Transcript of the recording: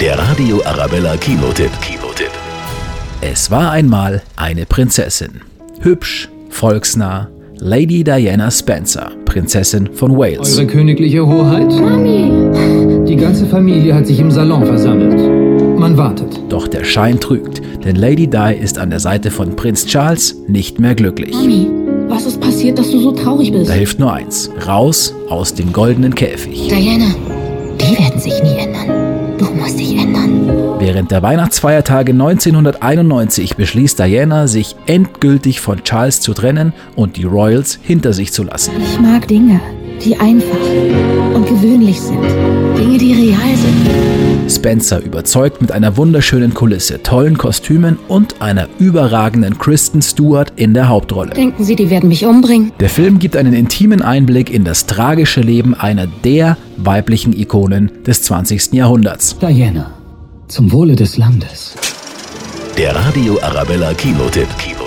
Der Radio Arabella Kinotipp. Kinotipp. Es war einmal eine Prinzessin. Hübsch, volksnah, Lady Diana Spencer, Prinzessin von Wales. Eure königliche Hoheit? Die ganze Familie hat sich im Salon versammelt. Man wartet. Doch der Schein trügt, denn Lady Di ist an der Seite von Prinz Charles nicht mehr glücklich. Mami, was ist passiert, dass du so traurig bist? Da hilft nur eins, raus aus dem goldenen Käfig. Diana, die werden sich nie ändern. Du musst dich ändern. Während der Weihnachtsfeiertage 1991 beschließt Diana, sich endgültig von Charles zu trennen und die Royals hinter sich zu lassen. Ich mag Dinge, die einfach und gewöhnlich sind. Dinge, die real sind. Spencer überzeugt mit einer wunderschönen Kulisse, tollen Kostümen und einer überragenden Kristen Stewart in der Hauptrolle. Denken sie, die werden mich umbringen? Der Film gibt einen intimen Einblick in das tragische Leben einer der weiblichen Ikonen des 20. Jahrhunderts. Diana, zum Wohle des Landes. Der Radio Arabella Kinotipp. Kinotipp.